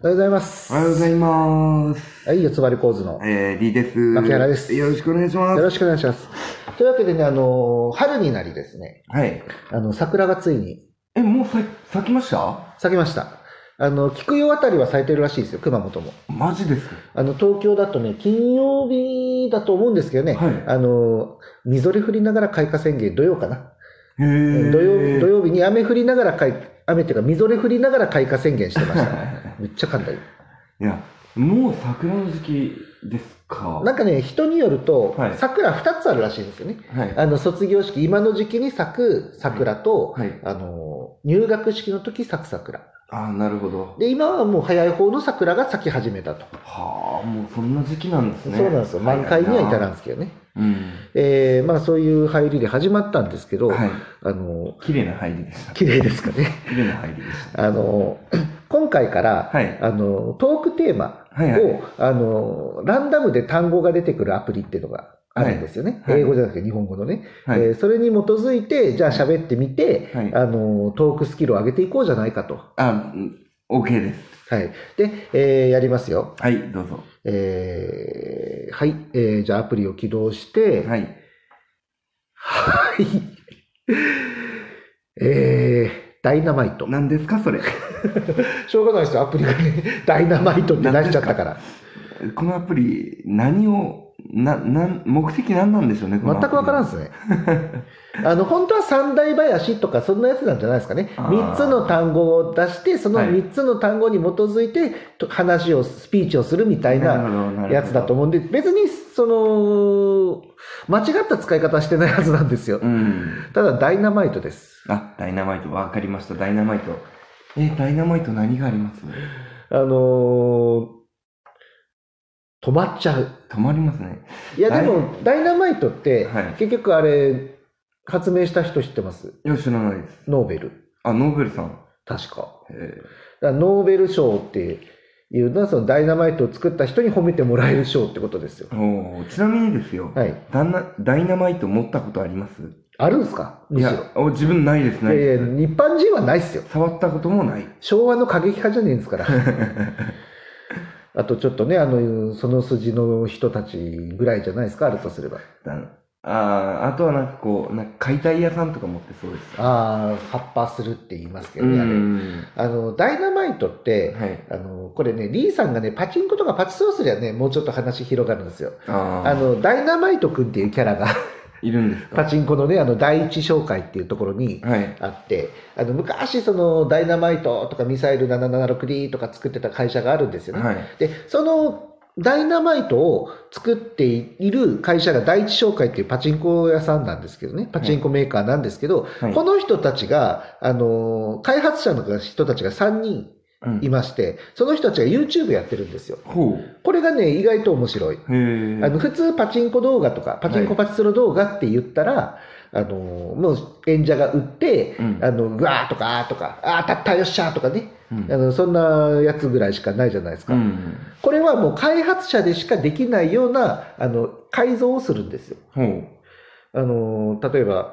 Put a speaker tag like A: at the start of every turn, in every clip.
A: おはようございます。
B: おはようございます。
A: はい、四つ張り構図の。
B: えー、D です。
A: 牧原です
B: よろしくお願いしま
A: よ
B: す。
A: ろしくお願いします。というわけでね、あの、春になりですね、
B: はい。
A: あの、桜がついに
B: え、もうさ咲きました
A: 咲きました。あの、菊陽あたりは咲いてるらしいですよ、熊本も。
B: マジですか
A: あの、東京だとね、金曜日だと思うんですけどね、
B: はい
A: あの、みぞれ降りながら開花宣言、土曜かな。
B: へー
A: 土曜日、土曜日に雨降りながら開、雨っていうか、みぞれ降りながら開花宣言してま した。めっちゃ簡単。
B: いや、もう桜の時期ですか
A: なんかね、人によると、
B: はい
A: 桜2つあるらしいんですよね。
B: はい。
A: あの、卒業式、今の時期に咲く桜と、
B: はい。
A: あの、入学式の時咲く桜。
B: あー、なるほど。
A: で、今はもう早い方の桜が咲き始めたと。
B: はあ、もうそんな時期なんですね。
A: そうなんですよ。満開には至らん
B: ん。
A: ですけどね。
B: うん。
A: えー、まあそういう入りで始まったんですけど、
B: はい。
A: あの、
B: 綺麗な入りでした。
A: 綺麗ですかね。
B: 綺麗な入りでした。
A: あの、 今回から、
B: はい。
A: あの、トークテーマを、
B: はいはい
A: あの、ランダムで単語が出てくるアプリっていうのがあるんですよね。
B: はいはい
A: 英語じゃなくて日本語のね。
B: はい。
A: えーそれに基づいて、じゃあ喋ってみて、
B: はい
A: あの、トークスキルを上げていこうじゃないかと。
B: あ、うんオッケーです。
A: はい。で、えーやりますよ。
B: はい、どうぞ。
A: えーはい。えーじゃあアプリを起動して、
B: はい。
A: はい。 えーダイナマイト。
B: 何ですか、それ。
A: しょうがないですよ、アプリがね、 ダイナマイトって出しちゃったから。
B: このアプリ、何を、な、なん、目的何なんでしょうね、こ
A: 全
B: のアプ
A: く
B: リ
A: わからんですね。あの、本当は三大林とか、そんなやつなんじゃないですかね。
B: あー
A: 3つの単語を出して、その
B: はい
A: 3つの単語に基づいて、と話を、スピーチをするみたいなやつだと思
B: 思
A: うんで、別に、その、間違った使い方してないはずなんですよ
B: う。ん。
A: ただ、ダイナマイトです。
B: あ、ダイナマイト、わかりました、ダイナマイト。え、ダイナマイト何があります
A: あのー止まっちゃう。
B: 止まりますね。
A: いや、
B: ダイ
A: でも、ダイナマイトって、
B: はい
A: 結局あれ、発明した人知ってます
B: いや、知らないです。
A: ノーベル。
B: あ、ノーベルさん。
A: 確か。
B: え
A: だからノーベル賞っていうのはそのダイナマイトを作った人に褒めてもらえる賞ってことですよ
B: ー、。おーちなみにですよ、
A: はい。
B: ダンナダイナマイト持ったことあります
A: あるんですかむ
B: い
A: しろ。
B: や、お自分ないです、ない
A: え
B: です。
A: ー、一般人はないっすよ。
B: 触ったこともない。
A: 昭和の過激派じゃねえん ですから。あとちょっとね、あの、その筋の人たちぐらいじゃないですか、あるとすれば。
B: だあーあとはなんかこう、なんか解体屋さんとか持ってそうです。
A: ああ、葉っぱするって言いますけ
B: う
A: どね、あれ。
B: ん。
A: あの、ダイナマイトって、
B: はい。
A: あの、これね、リーさんがね、パチンコとかパチスロすりゃね、もうちょっと話広がるんですよ。
B: あー
A: あの、ダイナマイトくんっていうキャラが、
B: いるんです
A: パ
B: か
A: チンコのね、あの、第一紹介っていうところに
B: はい。
A: あって、あの、昔、その、ダイナマイトとかミサイル 776D とか作ってた会社があるんですよね。
B: はい。
A: で、その、ダイナマイトを作っている会社が第一商会っていうパチンコ屋さんなんですけどね、パチンコメーカーなんですけど、
B: はい
A: この人たちが、あの、開発者の人たちが3人
B: うん
A: いまして、その人たちが YouTube やってるんですよ。
B: ほ
A: これがね、意外と面白い。
B: う。へえ。
A: あの普通パチンコ動画とかパチンコパチスロ動画って言ったら、あのもう演者が打って、
B: うん
A: あのうわーとかあーとかあー当たったよっしゃーとかね、
B: うん
A: あのそんなやつぐらいしかないじゃないですか、
B: うん。
A: これはもう開発者でしかできないようなあの改造をするんですよ
B: ほう。
A: あの例えば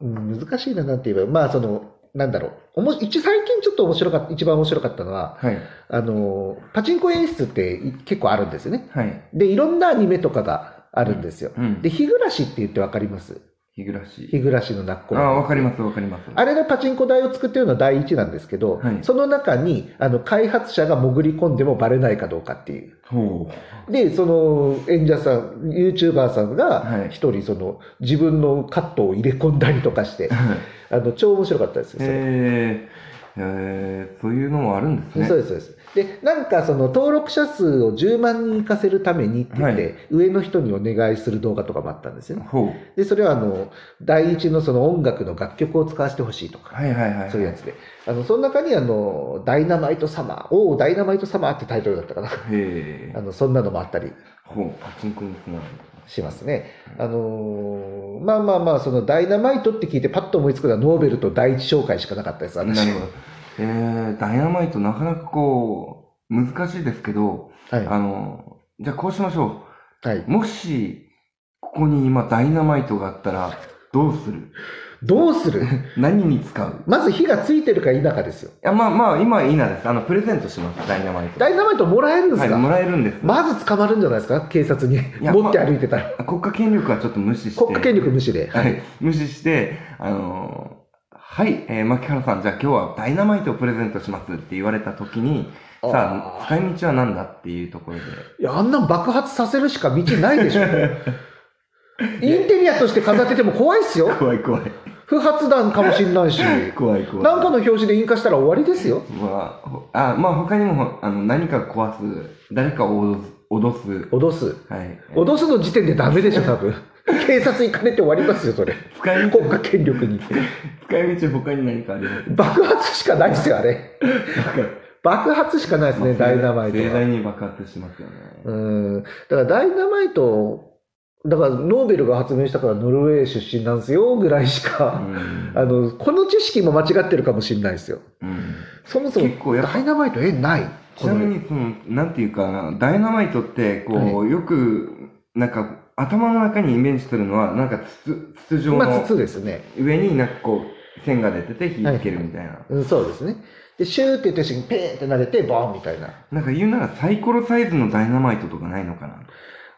A: うん難しいななんて言えばまあそのなんだろうおも一最近ちょっと面白かった一番面白かったのは
B: はい。
A: あのパチンコ演出ってい結構あるんですよね
B: はい。
A: で、いろんなアニメとかがあるんですよ。
B: うん。
A: で、、日暮らしって言ってわかります
B: 日暮らし。
A: 日暮らしの泣っ
B: あ
A: こ
B: あ、
A: あ
B: わかります、わかります。
A: れのパチンコ台を作ってるのは第一なんですけど、
B: はい
A: その中にあの開発者が潜り込んでもバレないかどうかっていう。
B: ほ
A: で、その演者さん、YouTuber さん
B: は
A: が
B: い
A: 一人その自分のカットを入れ込んだりとかして
B: う。、
A: あの超面白かったですよ、それ
B: へえ。へえ、そういうのもあるんですね。
A: そう
B: う
A: です、そうです。で、なんかその登録者数を10万人いかせるためにって言って、
B: は
A: 上の人にお願いする動画とかもあったんですよね。
B: ほう。
A: で、それはあの、第一のその音楽の楽曲を使わせてほしいとか、
B: はいはいはい。
A: そういうやつで。あの、その中にあの、ダイナマイト様、おお、ダイナマイト様ってタイトルだったかな。
B: へ
A: あ
B: え。
A: の、そんなのもあったり
B: ほう。パチンコにつながる。
A: しますね。あのーまあまあまあ、そのダイナマイトって聞いてパッと思いつくのはノーベルと第一紹介しかなかったです、
B: な
A: 私。
B: るほど。えー、ダイナマイトなかなかこう、難しいですけど、
A: はい。
B: あの、じゃあこうしましょ
A: はい。
B: う。もし、ここに今ダイナマイトがあったら、どうする
A: どうする
B: 何に使う
A: まず火がついてるか否かですよ。
B: いや、まあまあ、今はいいなです。あの、プレゼントします、ダイナマイト。
A: ダイナマイトもらえるんです
B: はい、
A: か、
B: もらえるんです。
A: まず捕まるんじゃないですか警察に。
B: や
A: 持って歩いてたら。
B: 国家権力はちょっと無視して。
A: 国家権力無視で。
B: はい、無視して、あのーはい、えー、牧原さん、じゃあ今日はダイナマイトをプレゼントしますって言われた時に、さあ、
A: あ
B: 使い道は何だっていうところで。
A: いや、あんなん爆発させるしか道ないでしょ。インテリアとして飾ってても怖いっすよ。
B: 怖い怖い。
A: 不発弾かもしんないし。
B: 怖い怖い。
A: なんかの表紙で引火したら終わりですよ。
B: まあ、ほあまあ、他にもあの何か壊す、誰かを脅す。脅
A: 脅す。
B: すはい、
A: 脅すの時点でダメでしょ、多分。警察行かれて終わりますよ、それ。
B: 使い道
A: 国家権力に。
B: 使い道他に何かあります
A: 爆発しかないですよ、あれ。
B: だから
A: 爆発しかないですね、
B: まあ
A: ダイナマイト
B: 盛
A: は。
B: 大に爆発しますよね。
A: うん。だからダイナマイト、だからノーベルが発明したからノルウェー出身なんですよ、ぐらいし
B: う
A: か。
B: ん
A: あの、この知識も間違ってるかもしれないですよ。
B: うん
A: そもそも
B: 結構やっぱ
A: ダイナマイト、え、ない。
B: ちなみにその、なんていうかな、ダイナマイトって、こう、よく、なんか、頭の中にイメージするのは、なんか筒、筒
A: こ
B: 状
A: のまあ、
B: の
A: 筒ですね。
B: 上になんかこう、線が出てて火つけるみたいな。
A: うん、そうですね。で、シューって言った瞬間にペーンって投げて、ボーンみたいな。
B: なんか言うならサイコロサイズのダイナマイトとかないのかな。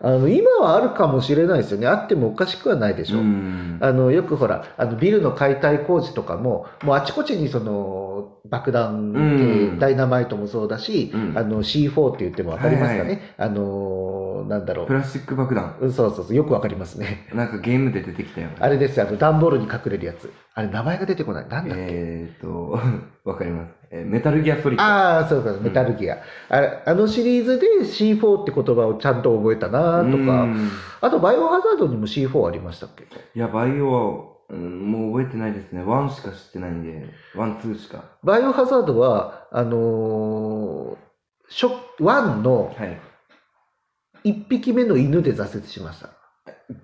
A: あの、今はあるかもしれないですよね。あってもおかしくはないでしょう。
B: ん
A: あの、よくほら、あの、ビルの解体工事とかも、もうあちこちにその、爆弾系、
B: うん
A: ダイナマイトもそうだし、
B: うん
A: あの、C4 って言ってもわかりますかね。
B: はい
A: あのーなんだろ
B: プ
A: う。
B: ラスチック爆弾。
A: うんそうそうそう、よくわかりますね。
B: なんかゲームで出てきたよね。
A: あれですよ、あの、段ボールに隠れるやつ。あれ、名前が出てこない。なんだっけ、
B: えーと、 わかります。えーメタルギアソリッド。
A: ああ、そうか、メタルギア。あれ、あのシリーズで C4 って言葉をちゃんと覚えたなとか、
B: うん
A: あと、バイオハザードにも C4 ありましたっけ
B: いや、バイオは、うん、もう覚えてないですね。ワンしか知ってないんで、ワン、ツーしか。
A: バイオハザードは、あのー、ショック1の
B: はい。
A: 1匹目の犬で挫折しました。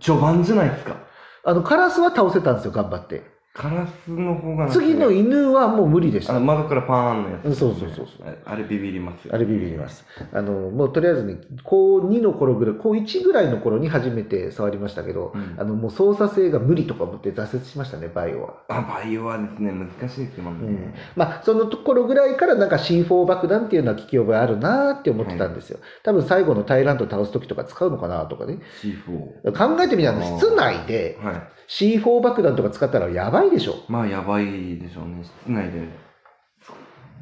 B: 序盤じゃないですか。
A: あの、カラスは倒せたんですよ、頑張って。
B: カラスの方がなんかね
A: 次の犬はもう無理でした
B: あの。窓からパーンのやつ、
A: うんそうそうそうそ
B: あれビビりますよ
A: あれビビります。あの、もうとりあえずね、高2の頃ぐらい、高1ぐらいの頃に初めて触りましたけど、
B: うん
A: あの、もう操作性が無理とか思って挫折しましたね、バイオは。
B: あバイオはですね難しいですもんね、
A: うんまあ、そのところぐらいからなんか C4 爆弾っていうのは聞き覚えあるなーって思ってたんですよ。多分最後のタイランド倒す時とか使うのかなとかね。
B: C4
A: 考えてみたら
B: あー
A: 室内で
B: はい
A: C4 爆弾とか使ったらやばいでしょ。
B: まあやばいでしょうね室内で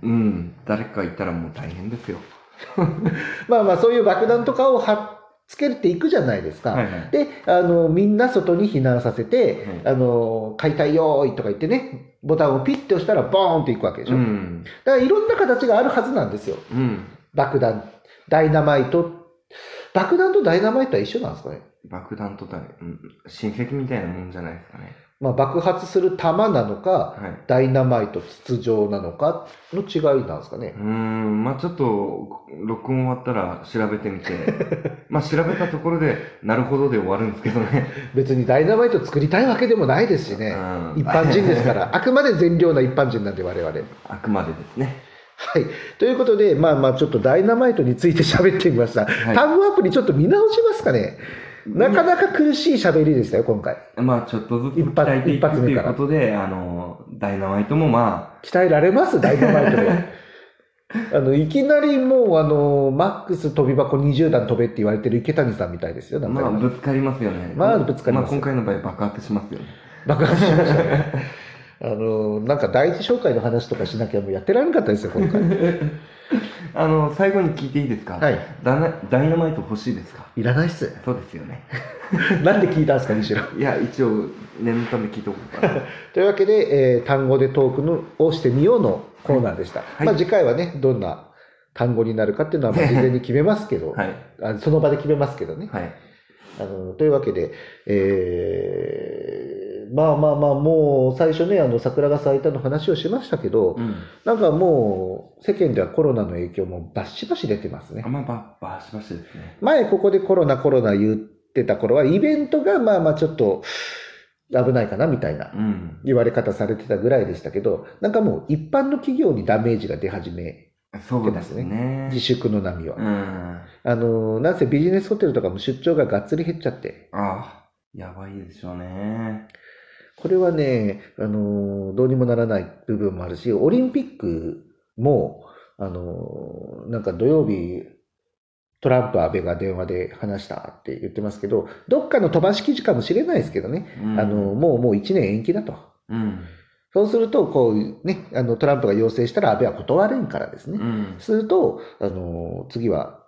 B: うん誰かいたらもう大変ですよ
A: まあまあそういう爆弾とかを貼っつけていくじゃないですか。
B: はいはい
A: で、あの、みんな外に避難させて、
B: は
A: あの、解体用意とか言ってね、ボタンをピッて押したらボーンっていくわけでし
B: う
A: ょ。だ
B: ん
A: からいろんな形があるはずなんですよ。
B: うん
A: 爆弾、ダイナマイト。爆弾とダイナマイトは一緒なんですかね
B: 爆弾とだ、うん、親戚みたいなもんじゃないですかね
A: まあ、爆発する弾なのか、
B: はい
A: ダイナマイト筒状なのかの違いなんですかね
B: う。ーん、まあちょっと、録音終わったら調べてみて、 まあ調べたところで、なるほどで終わるんですけどね。
A: 別にダイナマイト作りたいわけでもないですし
B: う
A: ね。
B: ん
A: 一般人です から、あくまで善良な一般人なんで我々。はい。
B: あくまでですね。
A: ということで、まあまあちょっとダイナマイトについて喋ってみました。
B: はい
A: 単語アプリちょっと見直しますかね。なかなか苦しい喋りでしたよ、今回。
B: まあちょっとずつ
A: 一発
B: 鍛えてい
A: 一
B: く
A: 発
B: と
A: 目
B: い
A: か
B: う
A: ら
B: ことで、あの、ダイナマイトもま
A: 鍛えられますダイナマイト で。あの、いきなりもう、あの、マックス飛び箱20段飛べって言われてる池谷さんみたいですよ、な
B: あ、
A: んか
B: まあぶつかりますよね。
A: まあぶつかります
B: あ今回の場合爆発しますよね。
A: 爆発しましたね。 あの、なんか第一紹介の話とかしなきゃもうやってられなかったですよ、今 回。
B: あの、最後に聞いていいですか
A: はい。
B: ダナダイナマイト欲しいですか
A: いらないっす。
B: そうですよね。
A: なんで聞いたんですか、むしろ。
B: いや、一応、念のため聞いておこ うかな。
A: というわけで、えー単語でトークのをしてみようのコーナーでした。
B: い
A: まあ次回はね、どんな単語になるかっていうのはまあ事前に決めますけど、
B: はい。
A: あその場で決めますけどね。
B: はい。
A: あのというわけで、えーまあまあまあ、もう最初ね、あの桜が咲いたの話をしましたけど、
B: うん。
A: なんかもう世間ではコロナの影響もバシバシ出てますね
B: あ。まあ、ば、ばしばしですね。
A: 前ここでコロナコロナ言ってた頃は、イベントがまあまあちょっと危ないかなみたいな
B: うん。
A: 言われ方されてたぐらいでしたけど、なんかもう一般の企業にダメージが出始め、
B: そうですね。
A: 自粛の波は。
B: うん。
A: あの、なんせビジネスホテルとかも出張ががっつり減っちゃって、
B: ああ、やばいでしょうね。
A: これはね、あのーどうにもならない部分もあるし、オリンピックも、あのーなんか土曜日、トランプ、安倍が電話で話したって言ってますけど、どっかの飛ばし記事かもしれないですけどね、
B: うん
A: あのーもうもう1年延期だと。
B: うん。
A: そうすると、こうね、あのトランプが要請したら安倍は断れんからですね
B: う。ん。
A: すると、あのー次は、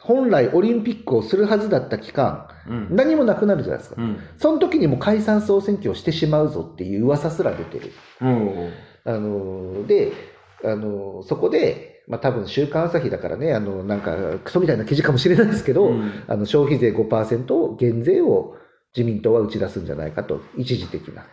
A: 本来オリンピックをするはずだった期間、
B: うん。
A: 何もなくなるじゃないですか。
B: うん。
A: その時にもう解散総選挙をしてしまうぞっていう噂すら出てる。
B: も
A: あのーで、あのーそこで、まあ多分週刊朝日だからね、あのなんかクソみたいな記事かもしれないですけ
B: う
A: ど、
B: うん
A: あの消費税5%を減税を自民党は打ち出すんじゃないかと、一時的な。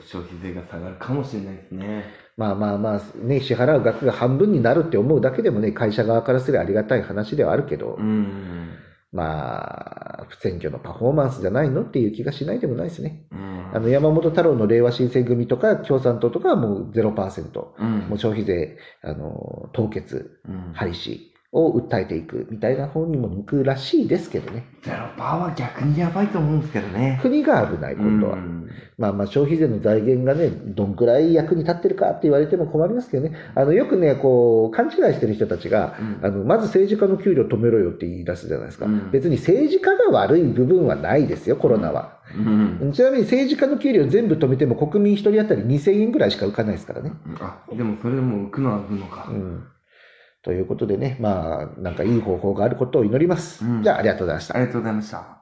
B: 消費税が下がるかもしれないですね。
A: まあまあまあ、ね、支払う額が半分になるって思うだけでもね、会社側からすればありがたい話ではあるけど、
B: うん。
A: まあ、選挙のパフォーマンスじゃないのっていう気がしないでもないですね。
B: うん。
A: あの山本太郎のれいわ新選組とか共産党とかはもう0%、も
B: うん、
A: う消費税あの凍結、
B: うん、
A: 廃止を訴えていくみたいな方にも向くらしいですけどね、
B: ゼロパーは逆にやばいと思うんですけどね。
A: 国が危ない、今度は。
B: うん
A: まあまあ消費税の財源がね、どんくらい役に立ってるかって言われても困りますけどね、あのよくね、こう勘違いしてる人たちが、あのまず政治家の給料止めろよって言い出すじゃないですか。
B: うん
A: 別に政治家が悪い部分はないですよ、コロナは。
B: うん
A: ちなみに政治家の給料全部止めても国民1人当たり2000円ぐらいしか浮かないですからね。
B: あでもそれでも浮くのは浮くのか。
A: うん、ということでね、まあ、なんかいい方法があることを祈ります。
B: うん
A: じゃあ、ありがとうございました
B: あ。りがとうございました。